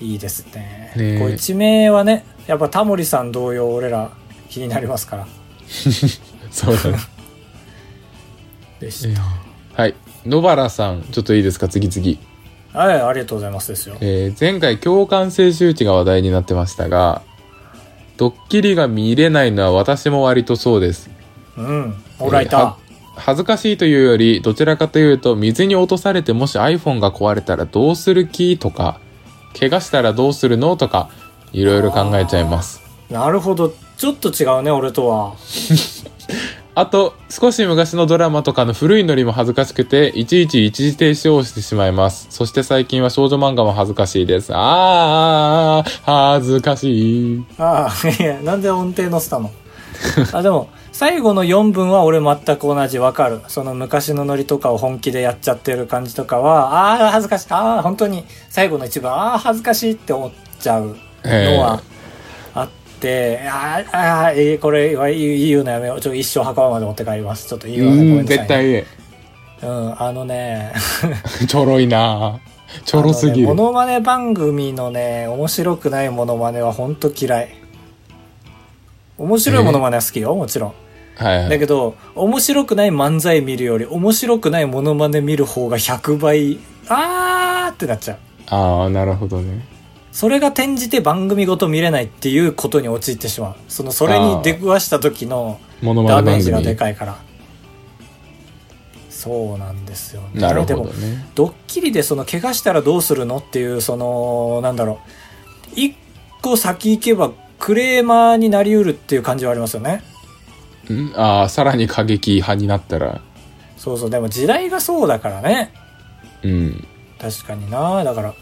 いいですね。ねえこう一名はね、やっぱタモリさん同様俺ら気になりますから。そう (laughs) だね。でしえーはい。野原さん、ちょっといいですか、次々。た。はい、ありがとうございますですよ。えー前回、共感性周知が話題になってましたが、ドッキリが見れないのは私も割とそうです。うん。俺らいえーはた。恥ずかしいというより、どちらかというと、水に落とされてもし iPhone が壊れたらどうする気とか、怪我したらどうするのとか、いろいろ考えちゃいます。なるほど。ちょっと違うね、俺とは。あと、少し昔のドラマとかの古いノリも恥ずかしくて、いちいち一時停止をしてしまいます。そして最近は少女漫画も恥ずかしいです。あー、恥ずかしい。ああ、いや、なんで音程乗せたの (laughs) あ、でも、最後の4分は俺全く同じわかる。その昔のノリとかを本気でやっちゃってる感じとかは、ああ、恥ずかしい。ああ、本当に最後の一番、ああ、恥ずかしいって思っちゃうのはあって、ああ、ああ、えーこれはいい言うのやめよう。ちょ、一生墓場まで持って帰ります。ちょっと言うわね、ごうん、めんなさ絶いね、対 (laughs) 言うん、あのね、え。ちょろいなちょろすぎあのねモる。ノマネ番組のね、面白くないモノマネは本当嫌い。面白いモノマネは好きよ、もちろん。はいはだい。けど、面白くない漫才見るより、面白くないモノマネ見る方が100倍、あーってなっちゃう。あー、なるほどね。それが転じて番組ごと見れないっていうことに陥ってしまう。その、それあにー出くわした時のモノマダネメー番ジがで組。かいから。そうなんですよ、ね。なるでほもどね。ドッキリでその怪我したらどうするのっていうそのなんだろう一個先行けばクレーマーになりうるっていう感じはありますよねうんあー、さらに過激派になったら。そうそうでも時代がそうだからねうん。確かになだから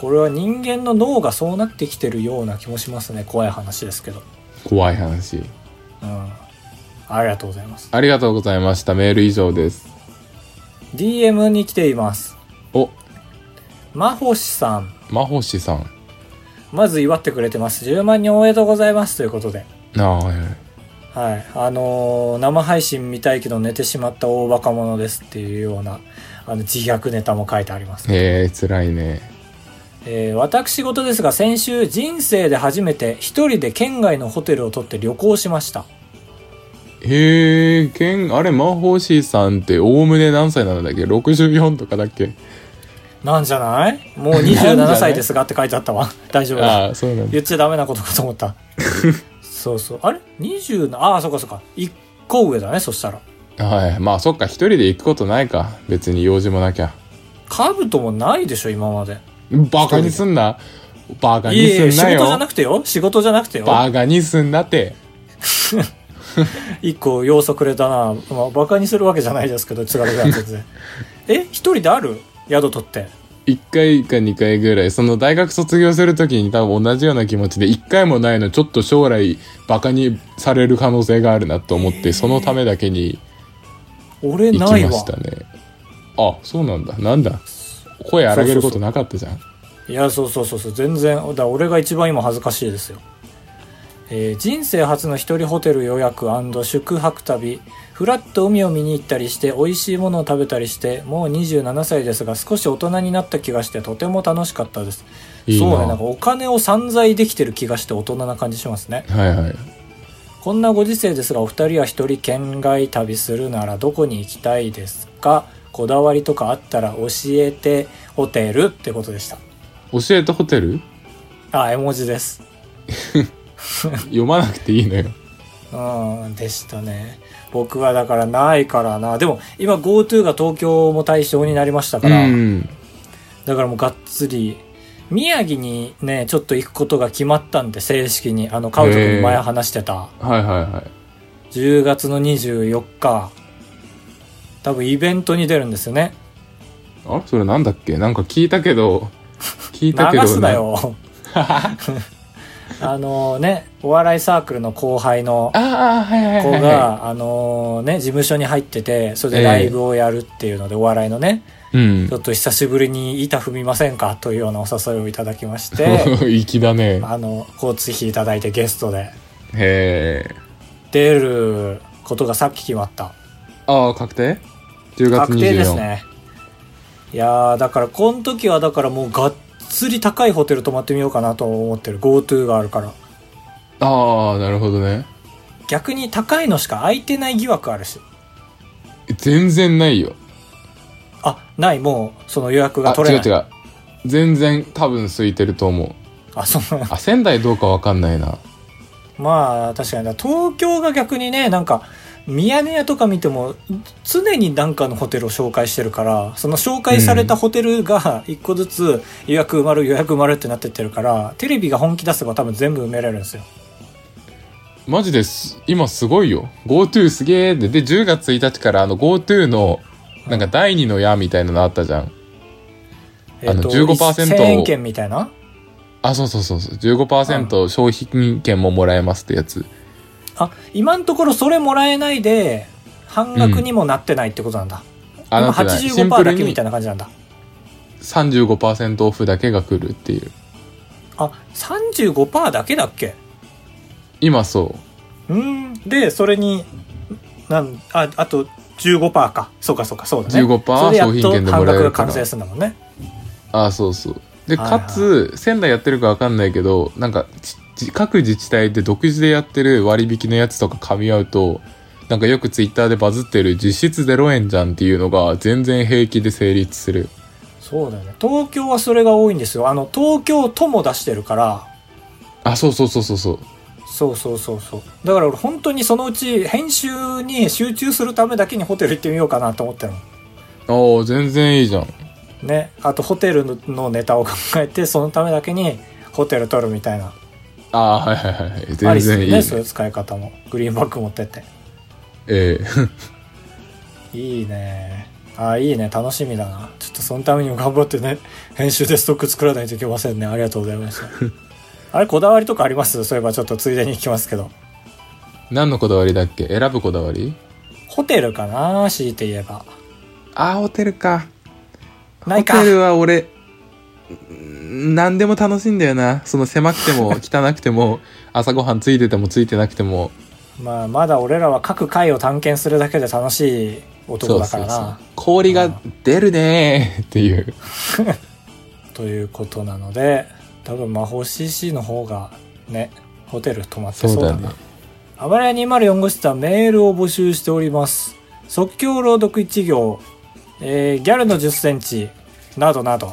これは人間の脳がそうなってきてるような気もしますね怖い話ですけど怖い話。うんありがとうございますありがとうございました。メール以上です。 DM に来ていますお、まほしさんまほしさん。まず祝ってくれてます10万人おめでとうございますということであー、はいはい。はい、あのー生配信見たいけど寝てしまった大バカ者ですっていうようなあの自虐ネタも書いてあります、えー、辛いね。えー私事ですが先週人生で初めて一人で県外のホテルを取って旅行しましたへえ、けん、あれ、マホシさんって、おおむね何歳なんだっけ ?64 とかだっけなんじゃないもう (laughs) なんじゃな27い歳ですがって書いてあったわ (laughs) 大丈夫だああ、そうなんだ。言っちゃダメなことかと思った (laughs) そうそうあれ27ああそっかそっか1個上だねそしたらはい。まあそっか、一人で行くことないか。別に用事もなきゃ。カブトもないでしょ、今まで。バカにすんな。バカいえいにえ、す仕んな事じゃなよ。くてよ。仕事じゃなくてよ。バカにすんなって。一個要素くれたな。まあ、バカにするわけじゃないですけど、津軽では (laughs) 全然。え、一人である宿取って。一回か二回ぐらい、その大学卒業するときに多分同じような気持ちで、一回もないの、ちょっと将来バカにされる可能性があるなと思って、そのためだけに俺行なきいまわ。したね。あ、そうなんだ。なんだ。声荒げることなかったじゃん。いや、そうそうそうそう、全然、だから俺が一番今恥ずかしいですよ。えー人生初の一人ホテル予約宿泊旅。ふらっと海を見に行ったりして、美味しいものを食べたりして、もう27歳ですが、少し大人になった気がして、とても楽しかったです。いいなそうね、なんかお金を散財できてる気がして大人な感じしますね。はいはい。こんなご時世ですが、お二人は一人県外旅するならどこに行きたいですかこだわりとかあったら教えてホテルってことでした。教えてホテルあ、絵文字です。読まなくていいのよ。うん、でしたね。僕はだからないからな。でも、今 GoTo が東京も対象になりましたかうら、ん。だからもうがっつり、宮城にね、ちょっと行くことが決まったんで、正式に。あの、カウト君に前話してた。はいはいはい。 10月の24日。多分イベントに出るんですよね。あれそれなんだっけなんか聞いたけど、聞いたけど。流す (laughs) な。よ。あのね、お笑いサークルの後輩のああ、はいはい子はい、はが、あのね、事務所に入ってて、それでライブをやるっていうので、お笑いのね、い。うんちょ。っと久しぶりに板踏みませんかというようなお誘いをいただきまして、粋だね。あの、交通費いただいてゲストでへえ。出ることがさっき決まった。ああ、確定 ?10 月24確定ですね。いやー、だからこの時はだからもうがっつり高いホテル泊まってみようかなと思ってる。GoTo があるから。ああ、なるほどね。逆に高いのしか空いてない疑惑あるし。全然ないよ。あ、ない、もうその予約があ、取違れうない。違う。全然多分空いてると思う。あ、そうあ、仙台どうかわかんないな。 (laughs) まあ確かにだ東京が逆にねなんかミヤネ屋とか見ても常に何かのホテルを紹介してるからその紹介されたホテルが一個ずつ予約埋まる予約埋まるってなってってるからテレビが本気出せば多分全部埋められるんですよマジです、今すごいよ。GoTo すげーで、で、10月1日からあの GoTo の、なんか第二の矢みたいなのあったじゃん。えっ、と15% 1000円券みたいなあ、そうそうそうそう。15%商品券ももらえますってやつ。あ今のところそれもらえないで半額にもなってないってことなんだ、あ、今なんていうのシン85%プルだけみにたいな感じなんだ35%オフだけが来るっていう。あ35%だけだっけ今そう。うんでそれになんああと15%かそうかそうかそうだね15%それでやっ商品券でもと半らえ額るがから完成するんだもんねあそうそうではいはいかつ仙台やってるかわかんないけどなんかちち各自治体で独自でやってる割引のやつとか噛み合うとなんかよくツイッターでバズってる実質0円じゃんっていうのが全然平気で成立するそうだよね東京はそれが多いんですよあの東京都も出してるからあそうそうそうそうそうそうそうそうそうだから俺本当にそのうち編集に集中するためだけにホテル行ってみようかなと思ってるのああ全然いいじゃんねあとホテルのネタを考えてそのためだけにホテル取るみたいなあーはいはいはいあ全りっすよ然いい、ねそういう使い方もグリーンバッグ持ってってええ (laughs) いいね。あ、いいね。楽しみだな。ちょっとそのためにも頑張ってね、編集でストック作らないといけませんね。ありがとうございま (laughs) した。あれ、こだわりとかありますそういえばちょっとついでに聞きますけど。何のこだわりだっけ選ぶこだわりホテルかな強いて言えば。ああホテルかないかホ。テルは俺、ん何でも楽しいんだよな。その狭くても (laughs) 汚くても、朝ごはんついててもついてなくても。まあ、まだ俺らは各階を探検するだけで楽しい男だからな。氷が出るねーっていう。ということなので、多分魔法 CC の方がね、ホテル泊まってそうだな。あばらや204号室はメールを募集しております。即興朗読一行、えーギャルの10センチ、などなど。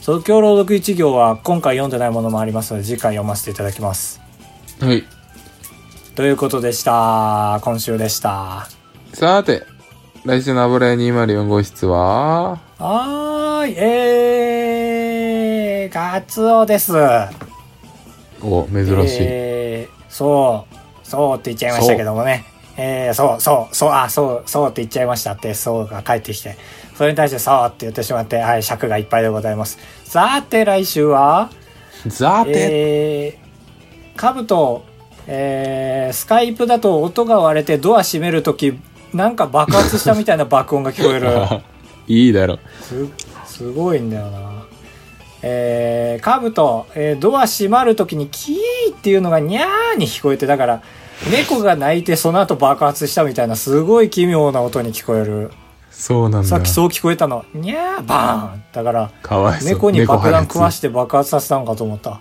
即興朗読一行は今回読んでないものもありますので、次回読ませていただきます。はい。ということでした。今週でした。さて、来週の油屋204号室は、はーい、えー、カツオです。お、珍しい。えーそう、そうって言っちゃいましたけどもね。えー、そう、そう、そう、あ、そう、そうって言っちゃいましたって、そうが返ってきて、それに対してそうって言ってしまって、はい、尺がいっぱいでございます。さて、来週は、ザーテ、えー、カブと、えー、スカイプだと音が割れてドア閉めるとき、なんか爆発したみたいな爆音が聞こ (laughs) える。いいだろ。すすごいんだよな。えー、カブと、えードア閉まるときにキーっていうのがニャーに聞こえて、だから、猫が鳴いてその後爆発したみたいなすごい奇妙な音に聞こえる。そうなんだ。さっきそう聞こえたの。ニャーバーンだから、かわいそう。。猫に爆弾食わしてて爆発させたのかと思った。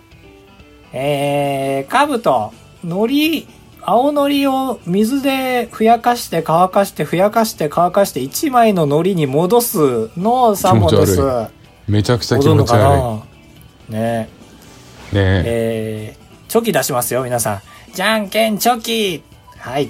えー、カブと、海苔、青海苔を水でふやかして乾かしてふやかして乾かして1枚の海苔に戻すのを3本です。気持ち悪めちゃくちゃ気戻る持のちか悪なねい。ねえ。ええー、チョキ出しますよ、皆さん。じゃんけんチョキはい。